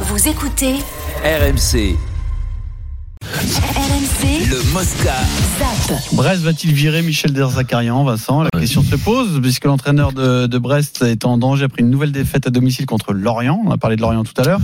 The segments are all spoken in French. Vous écoutez RMC, RMC le Mosca. Zap. Brest va-t-il virer Michel Derzakarian, Vincent La question se pose, puisque l'entraîneur de, de Brest est en danger après une nouvelle défaite à domicile contre Lorient. On a parlé de Lorient tout à l'heure.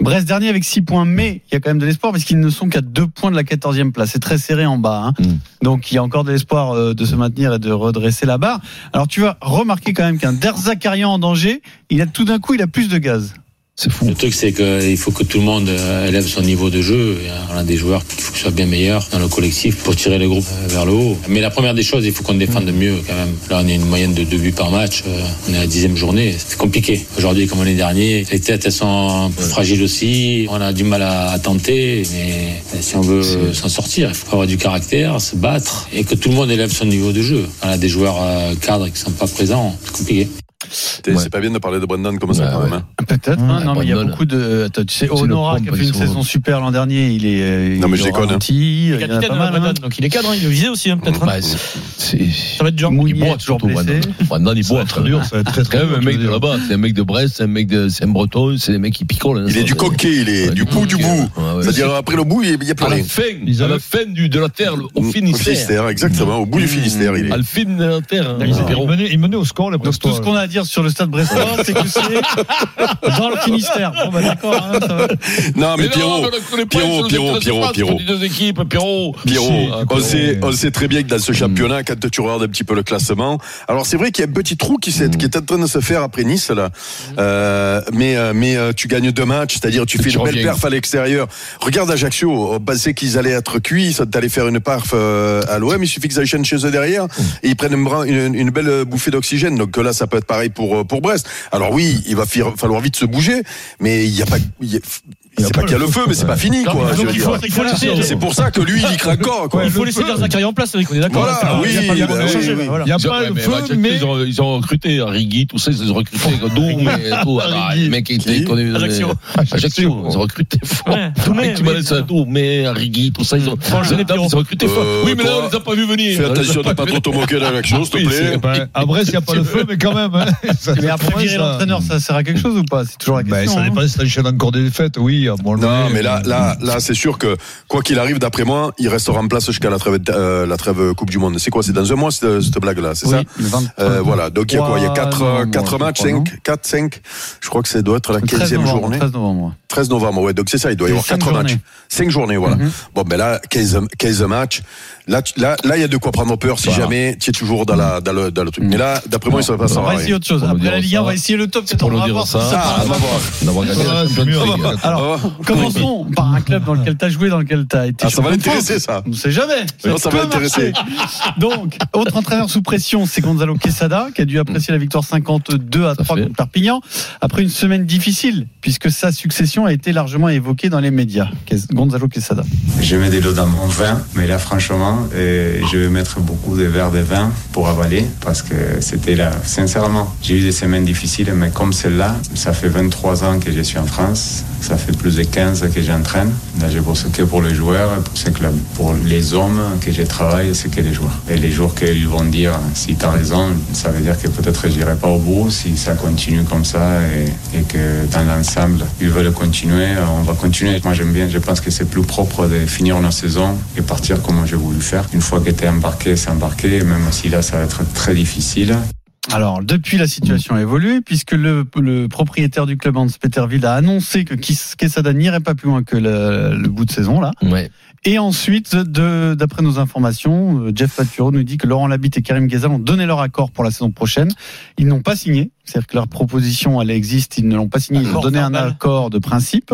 Brest dernier avec 6 points, mais il y a quand même de l'espoir, puisqu'ils ne sont qu'à 2 points de la 14e place. C'est très serré en bas. hein. Mm. Donc il y a encore de l'espoir euh, de se maintenir et de redresser la barre. Alors tu vas remarquer quand même qu'un Derzakarian en danger, il a tout d'un coup, il a plus de gaz. C'est fou. Le truc, c'est qu'il faut que tout le monde euh, élève son niveau de jeu. Et, euh, On a des joueurs qu'il faut qu'ils soient bien meilleurs dans le collectif pour tirer le groupe euh, vers le haut. Mais la première des choses, il faut qu'on défende mieux quand même. Là, on est une moyenne de deux buts par match. euh, On est à la dixième journée. C'est compliqué. Aujourd'hui, comme l'année dernière, les têtes, elles sont fragiles aussi. On a du mal à, à tenter. Mais si on veut euh, s'en sortir, il faut avoir du caractère, se battre et que tout le monde élève son niveau de jeu. On a des joueurs euh, cadres qui sont pas présents. C'est compliqué. T'es- Ouais. C'est pas bien de parler de Brandon comme ça Bah quand ouais. même. hein. Peut-être. Mmh, hein. la non, mais il y a bonne beaucoup de. Attends, tu sais, C'est le Honora pompe, qui a fait ils une sont- saison super l'an dernier, il est. euh, Non, mais il je est au déconne, hein. ralenti, Il y en a capitaine pas de la mal. hein. Bretagne. Donc il est cadre, hein, il est visé aussi hein, Mhm. peut-être. hein. Bah, c'est- c'est- Ça va être dur. Mounier, il boit toujours surtout, blessé. Brandon. Brandon, il boit. très dur. va C'est quand même un mec de là-bas. C'est un mec de Brest, c'est un mec de Saint-Breton, c'est des mecs qui picolent. hein, Il est ça, du c'est- coquet, il est Ouais, du bout du coquet. bout. Ouais, ouais. C'est-à-dire après le bout, il n'y a plus À la rien. fin, à la fin du, de la terre, le- au Finistère. exactement, au bout Mmh. du Finistère, il À est. la fin de la terre. hein, Ils- Pierrot. ils menaient- Ils menaient au score les Donc tout ce qu'on a à dire sur le stade brestois, c'est que c'est dans le Finistère. Bon, bah d'accord, hein, ça va. Non, mais non, Pierrot, mais on connaît pas, Pierrot, ça nous Pierrot, intéresse Pierrot, pas, Pierrot. ces deux équipes, Pierrot. Pierrot, Si, on Pierrot. sait, on sait très bien que dans ce championnat, quand tu regardes un petit peu le classement, alors c'est vrai qu'il y a un petit trou qui, s'est- qui est en train de se faire après Nice là, Euh, mais euh, mais euh, tu gagnes deux matchs, c'est-à-dire tu fais Tu une belle reviens. perf à l'extérieur. Regarde Ajaccio, on pensait qu'ils allaient être cuits, ils sont allés faire une perf euh, à l'OM, il suffit qu'ils enchaînent chez eux derrière et ils prennent une, brin- une- une belle bouffée d'oxygène. Donc là, ça peut être pareil pour euh, pour Brest. Alors oui, il va fir- falloir vite se bouger, mais il y a pas il y a- Il y a c'est pas pas qu'il y a le feu, mais c'est pas fini Non, quoi. Ah, mais je donc, veux il dire. faut- il faut laisser- euh, C'est pour ça que lui, il y craque encore. Quoi. Il faut laisser Derzakari en place, Eric, on est d'accord. Voilà, hein, oui, il y a pas de bah raison de oui, changer, oui. voilà. Il n'y a pas le feu, mais- Ils ont, ils ont recruté Rigui, tout ça, ils ont recruté Doum et tout. Ah, le mec, il était Qui connu- Ajaccio. Ajaccio, ils ont recruté fort. Ouais, tout mais- Avec Timalès, Doumé, Rigui, tout ça, ils ont, Franchement, ils ont- Pierrot. ils ont recruté fort. Euh, Oui, mais là, toi, on les a pas vu venir. Fais On les a attention de pas vu trop te moquer dans Ah l'action, s'il te Oui, plaît. c'est- Ben, à Brest, il n'y a pas le feu, mais quand même. Hein, ça, Mais après, virer ça- l'entraîneur, ça sert à quelque chose ou pas C'est toujours la Ben, question. ça hein. dépend si ça enchaîne encore des fêtes, oui. hein, à un moment Non, donné. mais là, là, là, c'est sûr que quoi qu'il arrive, d'après moi, il restera en place jusqu'à la trêve, euh, la trêve Coupe du Monde. C'est quoi C'est dans un mois cette, cette blague-là, c'est ça Le 23. Euh, Voilà. Donc il y a quoi Il y a Non, moi, 4 je matchs, crois, non 5, 4, 5. Je crois que ça doit être la Le 13 15e novembre, journée. 13 novembre. 13 novembre, ouais. Donc c'est ça, il doit y C'est avoir cinq 4 journées. matchs. 5 journées, voilà. Mhm. Bon, ben là, 15, 15 matchs. Là, tu- là, là, il y a de quoi prendre peur si Voilà. jamais tu es toujours dans, la, dans, le, dans le truc. Mais là, d'après moi, il ne va pas On va s'arrêter. essayer autre chose. hein. Pour nous Après la dire Ligue 1, on ça. va essayer le top. C'est pour on nous va dire voir ça. si Ah, on va voir. D'avoir gagné la Ah, c'est Champions mieux, League. regarde. Alors, Ah, commençons par un club dans lequel tu as joué, dans lequel tu as été. Ah, ça va champion de l'intéresser, France. ça. On ne sait jamais. Non, ça peut va l'intéresser. marcher. Donc, autre entraîneur sous pression, c'est Gonzalo Quesada, qui a dû apprécier la victoire 52 à 3 fait. contre Perpignan, après une semaine difficile, puisque sa succession a été largement évoquée dans les médias. Ques- Gonzalo Quesada. Je mets de l'eau dans mon vin, mais là franchement, euh, je vais mettre beaucoup de verres de vin pour avaler parce que c'était là, sincèrement. J'ai eu des semaines difficiles, mais comme celle-là, ça fait 23 ans que je suis en France, ça fait plus de 15 que j'entraîne. Là, je bosse que pour les joueurs, pour ces clubs, pour les hommes que je travaille, c'est que les joueurs. Et les jours qu'ils vont dire, si t'as raison, ça veut dire que peut-être j'irai pas au bout si ça continue comme ça et, et que dans l'ensemble, ils veulent continuer, on va continuer. Moi, j'aime bien, je pense que c'est plus propre de finir nos saisons et partir comme j'ai voulu faire. Une fois que t'es embarqué, c'est embarqué, même si là, ça va être très difficile. Alors, depuis, la situation a évolué, puisque le, le propriétaire du club Hans Peterville a annoncé que Kis- Quesada n'irait pas plus loin que le, le bout de saison, là. Ouais. Et ensuite, de- d'après nos informations, euh, Jeff Paturo nous dit que Laurent Labitte et Karim Ghezal ont donné leur accord pour la saison prochaine. Ils n'ont pas signé, c'est-à-dire que leur proposition, elle existe, ils ne l'ont pas signé, ils ont Accord donné un verbal. accord de principe,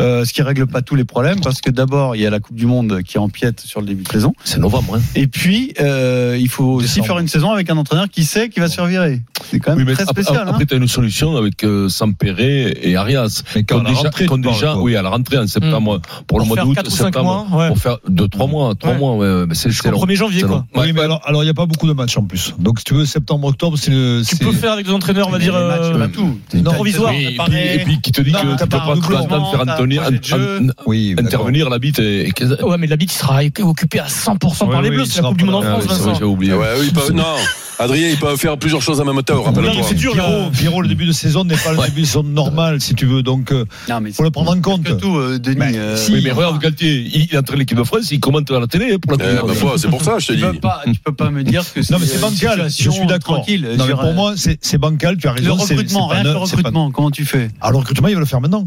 euh, ce qui règle pas tous les problèmes, parce que d'abord, il y a la Coupe du Monde qui empiète sur le début de saison, C'est novembre, hein. et puis, euh, il faut aussi Décembre. faire une saison avec un entraîneur qui sait qu'il va se revirer. C'est quand même Oui, mais très ap- spécial. hein. ap- Après, tu as une solution avec euh, Sampere et Arias. Mais Qui quand ont la déjà, rentrée, qui ont tu parles, déjà quoi. oui, à la rentrée en septembre, Mm. pour le Pour mois faire d'août, quatre ou cinq septembre, mois, ouais. pour faire deux, trois mois, trois Ouais. mois, ouais, mais c'est c'est Jusqu'au long. 1er janvier, C'est quoi. long. Ouais. Oui, mais alors, alors, il n'y a pas beaucoup de matchs en plus. Donc, si tu veux, septembre-octobre, c'est le. Tu c'est- peux faire avec des entraîneurs, on va dire, euh, tout. Non, provisoires. Oui, et, puis, pareil. et puis qui te dit Non, que t'as tu peux pas pas un te faire doublement, t'as un Anthony- projet de jeu. Ant- Ant- Oui, mais intervenir la bite et, et qu'est-ce- Ouais, mais la bite, il sera occupé à 100% par Ouais, les oui, Bleus. il C'est la sera Coupe du pas Monde en là. Ah oui, France, c'est vrai, Vincent. j'ai oublié. Ouais, oui, pas- non, Adrien, il peut faire plusieurs choses à même temps, rappelle-toi. c'est dur, Pierrot, Pierrot, le début de saison n'est pas le début de saison normal, si tu veux. Donc, il Non, mais faut le prendre en compte. que tout, euh, Denis. Mais euh, si, Oui, mais regarde, quand il, il est entraîne l'équipe de France, il commente à la télé hein, pour la Eh, première bah, fois. voilà, c'est pour ça, je te tu, dis. peux pas, tu peux pas me dire que Non, mais c'est bancal, une je situation suis d'accord. tranquille. Non, mais Sur, pour euh, moi, c'est c'est bancal, tu as le raison. c'est- recrutement, c'est pas rien que le neuf, c'est pas- recrutement, comment tu fais Alors, le recrutement, il va le faire maintenant.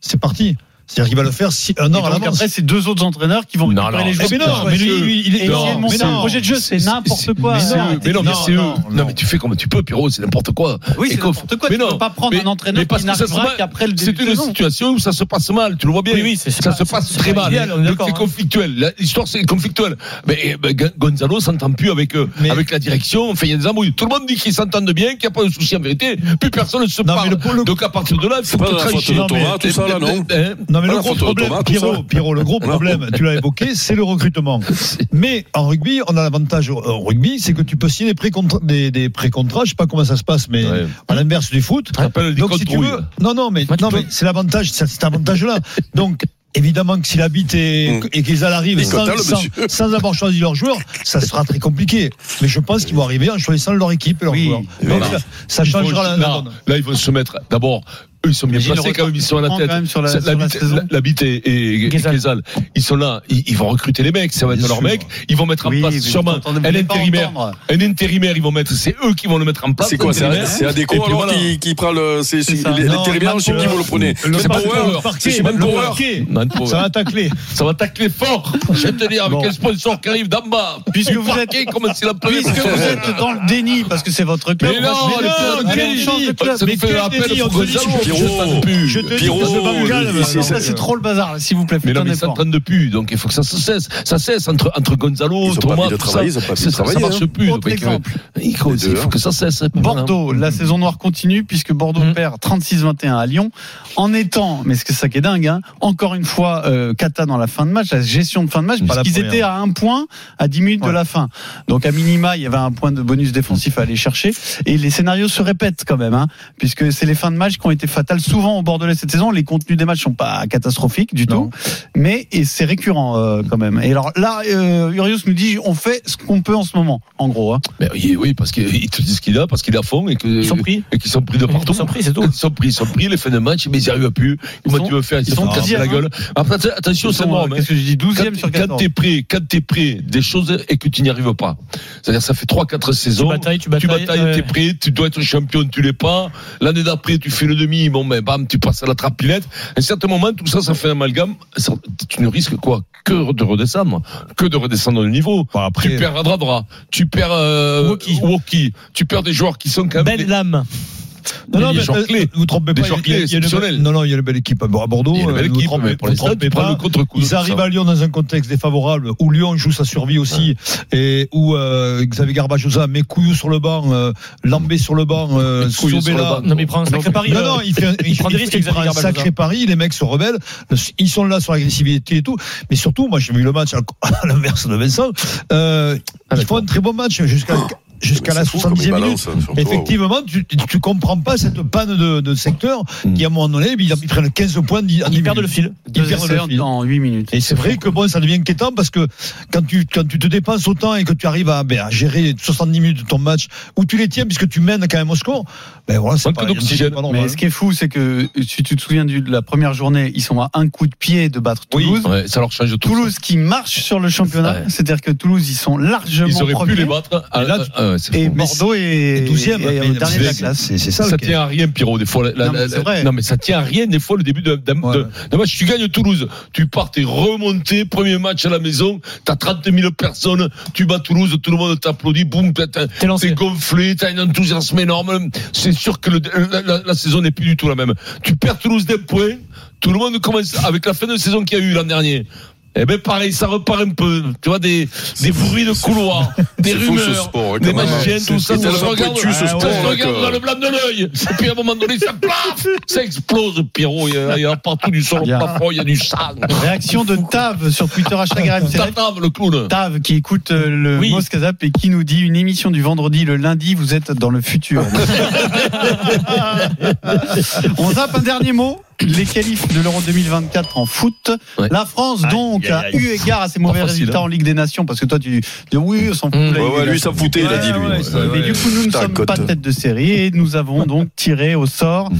C'est parti. C'est-à-dire qu'il va le faire si- un an à Et donc l'avance. après, c'est deux autres entraîneurs qui vont Non, récupérer non. les Eh joueurs. mais non, parce mais lui, que- lui, il est- et non, essayer de mais monter non. un projet de jeu, c'est n'importe quoi. Mais, c'est Arrêtez. eux. mais non, mais c'est eux. Non, non. mais tu fais comme tu peux, Pierrot, c'est n'importe quoi. Oui, Et c'est comme- n'importe quoi. Mais tu ne non. peux pas prendre Mais- un entraîneur mais parce qui que ça se n'arrivera passe- qu'après le C'est début de une saison. situation où ça se passe mal, tu le vois bien. Oui, oui, c'est- c'est ça pas- se passe c'est- très c'est pas mal. idéal, on est Donc, d'accord, c'est hein. conflictuel. La- L'histoire, c'est conflictuel. Mais eh ben, Gon- Gonzalo s'entend plus avec, euh, Mais- avec la direction. Enfin, il y a des embrouilles. Tout le monde dit qu'ils s'entendent bien, qu'il n'y a pas de souci en vérité. Plus personne ne se Non, parle. mais le- pour le- Donc, à partir de là, il faut pas la faute trancher. de Thomas, tout ça, là, non Hein Eh, Non, mais Ah, le la gros faute au problème, Thomas, tout ça. Pierrot, Pierrot, le gros problème, tu l'as évoqué, c'est le recrutement. Mais en rugby, on a l'avantage au- au rugby, c'est que tu peux signer des pré-contrats, des, des pré-contrats, je sais pas comment ça se passe, mais Ouais. à l'inverse du foot. Ça s'appelle des Donc si tu controuilles. veux, non, non, mais, non, mais c'est l'avantage, c'est cet avantage-là. Donc. Évidemment que s'il habite et, Mm. et qu'ils arrivent Il sans, compte, le sans- monsieur. sans avoir choisi leur joueur, ça sera très compliqué. Mais je pense qu'ils vont arriver en choisissant leur équipe et leur Oui. joueur. Donc, Voilà. ça, ça Il faut- changera la, la là, donne. là, ils vont se mettre. D'abord, eux, ils sont bien Imagine placés le quand même. Ils sont à la retard tête. quand même sur la- Ça, sur la bite- saison. la bite et, et- et Guézal. Guézal. Ils sont là. Ils, ils vont recruter les mecs. Ça va Bien être leurs sûr. mecs. Ils vont mettre en Oui, mais place sûrement vous entendez- vous un voulez pas intérimaire. entendre. Un intérimaire, ils vont mettre. C'est eux qui vont le mettre en place. C'est quoi C'est l'intérimaire. c'est Adéco Et puis alors voilà. qui, qui prend le. C'est C'est ça. Non, l'intérimaire, je sais Matt qui vous le prenez. Le C'est parquet, Power. le parquet, C'est chez Man le Power. parquet. Non, trop- Ça va tacler. Ça va tacler fort. Je vais te dire avec Bon. un sponsor qui arrive d'en bas. Puisque Au vous êtes- parquet, comme si la Puisque planète- vous êtes dans le déni, parce que c'est votre club. Mais non, moi, je- mais allez, non, on quel change de déni. club. Ça nous Mais fait quel un appel déni, pour on te dit- Gonzalo. Pierrot, Je t'en peux. Je te dis, Pierrot, ça se bancal, il- mais il- c'est- Non, alors, Ça, c'est trop le bazar, là, s'il vous plaît. Mais non, faites un mais ça effort. train de plus, donc il faut que ça se cesse. Ça cesse entre, entre Gonzalo, Ils ont pas Thomas, envie de tout travailler, ça. ils ont pas envie C'est- de ça, ça travailler, marche hein. plus. Autre donc, exemple. euh, il faut- Les deux, il faut hein. que ça cesse. Voilà. Bordeaux, la saison noire continue puisque Bordeaux Mm. perd 36-21 à Lyon en étant, mais c'est ça qui est dingue, hein, encore une fois euh, Kata dans la fin de match, la gestion de fin de match, Pas parce la qu'ils première. étaient à un point à 10 minutes de la fin. Donc à minima, il y avait un point de bonus défensif à aller chercher et les scénarios se répètent quand même, hein, puisque c'est les fins de match qui ont été fatales souvent au Bordelais cette saison. Les contenus des matchs sont pas catastrophiques du Non. tout, mais et c'est récurrent euh, quand même. Et alors là, euh, Urius nous dit on fait ce qu'on peut en ce moment, en gros. Hein. Mais oui, oui, parce qu'ils te disent qu'il a, parce qu'il a fond et que- Ils sont pris. et qu'ils sont pris de partout. Ils sont pris, c'est tout. Ils sont pris, ils sont pris, les fins de match, mais ils n'y arrivent plus. Comment sont- tu veux faire ils sont font casser la dixièmes, hein. gueule. Après, atten- attention, Ils c'est sont, énorme. euh, hein. Qu'est-ce que je dis 12e sur Quand, quand 14. t'es prêt, quand t'es prêt des choses et que tu n'y arrives pas. C'est-à-dire, ça fait 3-4 Tu saisons. batailles, tu Bah, Tu batailles. batailles, ouais. euh, t'es prêt, tu dois être champion, tu l'es pas. L'année d'après, tu fais le demi, bon ben bam, tu passes à la trapilette. À un certain moment, tout ça, ça fait un amalgame. Ça- tu ne risques quoi Que de redescendre. Que de redescendre le niveau. Bon, après- tu perds Radradra, tu perds euh, Woki. Woki, tu perds des joueurs qui sont quand même... Belle lame. Non, non, des mais joueurs euh, clés. vous trompez Des pas. joueurs il y a- clés, il y a une exceptionnels. belle- Non, non, il y a une belle équipe à Bordeaux. Il y a une belle euh, vous équipe, trompez- mais pour vous l'instant, trompez tu prends pas. le contre-coup, Ils ça. arrivent à Lyon dans un contexte défavorable où Lyon joue sa survie aussi et où euh, Xavier Garbajosa met Couillou sur le banc, euh, Lambé sur le banc, euh, Couillou sur le Sobela. banc. Non, mais il prend un sacré pari. Non, là. non, il, fait un, il prend des risques, il Xavier prend un Garbajosa. sacré pari. Les mecs se rebellent. Ils sont là sur l'agressivité et tout. Mais surtout, moi, j'ai vu le match à à l'inverse de Vincent. Euh, ils font un très bon match jusqu'à jusqu'à la Oh, C'est fou comme il 70e minute. balance, hein, sur toi, ouais. Effectivement, tu, tu- tu comprends pas cette panne de, de secteur qui, à un moment donné, ils, ils prennent 15 points. Hmm. Ils perdent le fil. Ils Deux perdent le essais fil. en 8 minutes. Et c'est vrai que bon, ça devient inquiétant parce que quand tu, quand tu te dépenses autant et que tu arrives à, ben, à gérer 70 minutes de ton match où tu les tiens puisque tu mènes quand même au score, ben voilà, c'est Manque pas, d'oxygène. pas normal. Mais ce qui est fou, c'est que si tu te souviens du- de la première journée, ils sont à un coup de pied de battre Oui, Toulouse. ouais, ça leur change de tout. Toulouse qui marche sur le championnat, Ouais. c'est-à-dire que Toulouse, ils sont largement Ils auraient premiers, pu les battre. Et là, tu- Ah, ouais, c'est Et fou. Bordeaux est Et 12e, est mais- au dernier de la c'est- classe. C'est c'est ça. ça le cas. tient à rien, Pierrot, des fois. La- la- Non, mais la- c'est vrai. non, mais ça tient à rien, des fois, le début d'un d'un- Ouais. d'un- d'un match. Tu gagnes Toulouse, tu pars, t'es remonté, premier match à la maison, t'as 30 000 personnes, tu bats Toulouse, tout le monde t'applaudit, boum, t'as- t'as- T'es lancé. t'es gonflé, t'as un enthousiasme énorme. C'est sûr que le- la, la- la saison n'est plus du tout la même. Tu perds Toulouse d'un point, tout le monde commence avec la fin de saison qu'il y a eu l'an dernier. Eh ben pareil, ça repart un peu. Tu vois des des bruits de couloir, des C'est fou, ce rumeurs, sport, hein, des quand même. magiennes, tout ça. C'est Ça se tellement regarde, pointu, ce ça se sport, là, regarde que- dans le blanc de l'œil. Et puis à un moment donné, ça plaf, ça explose, Pierrot. Il y a, il y a partout du sang, Bien. parfois il y a du sang. Réaction de Tav sur Twitter à chaque RMC. T'attends le clown. Tav qui écoute euh, le Oui. Moscazap et qui nous dit une émission du vendredi, le lundi, vous êtes dans le futur. On zappe un dernier mot les qualifs de l'Euro 2024 en foot. Ouais. La France, Aïe, donc, aïe, aïe. a eu égard à ses mauvais facile, résultats hein. en Ligue des Nations, parce que toi, tu dis oui, on s'en Mmh. fout. la Ouais, Ligue ouais, des lui, Nations. s'en foutait, il a dit, lui. Ouais, ouais, Ouais, Mais du coup, nous ne Putain, sommes cote. pas tête de série et nous avons donc tiré au sort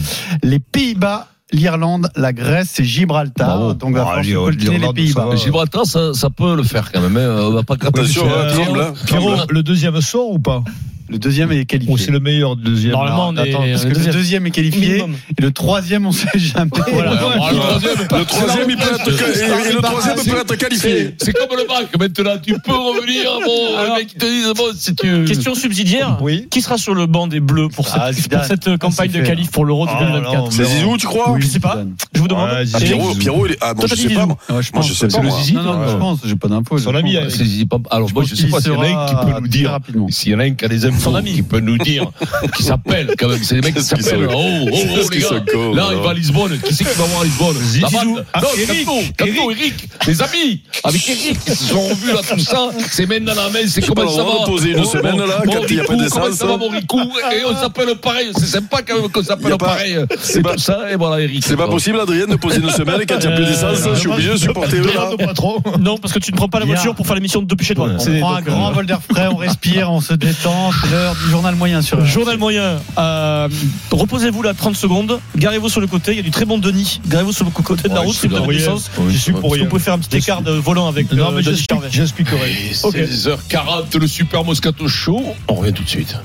les Pays-Bas, l'Irlande, la Grèce et Gibraltar. Bravo. Donc, la Ah, France, l'Irlande, peut le tenir, les l'Irlande, Pays-Bas. ça va. Gibraltar, ça, ça peut le faire quand même. hein. On va pas gratter Attention, du- hein, tremble, hein. Pierrot, Tremble. le deuxième sort ou pas Le deuxième est Ou c'est qualifié. le meilleur deuxième Normalement, on est- Attends, parce le que le deuxième. deuxième est qualifié Minimum. et le troisième, on sait jamais. Voilà. Ouais, Ouais, ouais, le troisième, Le troisième, il peut être, et- et le troisième peut être qualifié. C'est c'est comme le bac maintenant, tu peux revenir. Bon, Alors, le mec il te dit bon si tu. Question subsidiaire. Oui. Qui sera sur le banc des Bleus pour cette, Ah, pour Zidane. cette euh, campagne c'est de fait. Ah, qualif pour l'Euro Ah, 2024 C'est Zizou, tu crois Je sais pas. Je vous demande. Ouais, Ah, Zizou. Et- Pierrot, Pierrot, il est. Ah, bon, Toi, je t'as sais dit pas. Zizou. moi. Moi, je sais C'est pas. le moi. Zizi, Non, non, Ouais. je pense, j'ai pas d'impôt. Son je ami, pense. avec- C'est Zizi Papa. Alors moi je pense sais pas qu'il s'il y en a sera un qui peut nous très dire. rapidement. S'il y en a un qui a des infos, ami. qui peut nous dire, qui s'appelle quand même, c'est les mecs qui Qu'est-ce qu'ils s'appellent. sont- Oh, oh, oh, qu'est-ce les qu'ils sont gars. cons, ah, Là, il alors. va à Lisbonne. Qui c'est qui va voir à Lisbonne La bande. Non, Cato, Cato, Eric, les amis, avec Eric, ils se sont revus là, tout ça. C'est main dans la main, c'est pas comment le ça droit va. Oh, de poser une Bon, semaine, bon, là, bon, quand il y a pas Ricou, d'essence. Comment ça va, mon Ricou Et on s'appelle pareil. C'est sympa quand même qu'on Y s'appelle a pas- pareil. c'est C'est pas- comme ça, et voilà, Eric. C'est pas Bon. possible, Adrien, de poser une semaine et quand il n'y a plus d'essence, je suis obligé de supporter eux, là. Demande au patron. Non, parce que tu ne prends pas la Bien. voiture pour faire l'émission de depuis chez toi. Ouais. euh, On prend un grand vol d'air frais, on respire, on se détend. C'est l'heure du journal moyen sur Journal moyen, euh, reposez-vous là 30 secondes, garez-vous sur le côté, il y a du très bon Denis, garez-vous sur le côté de la Ouais, route je si suis vous avez du là. sens. Oui, Je suis c'est pour Parce que rien. vous pouvez faire un petit écart de volant avec euh, Non, mais Denis j'explique- Charvet. j'expliquerai. Et Ok. 16h40, le Super Moscato Show. On revient tout de suite.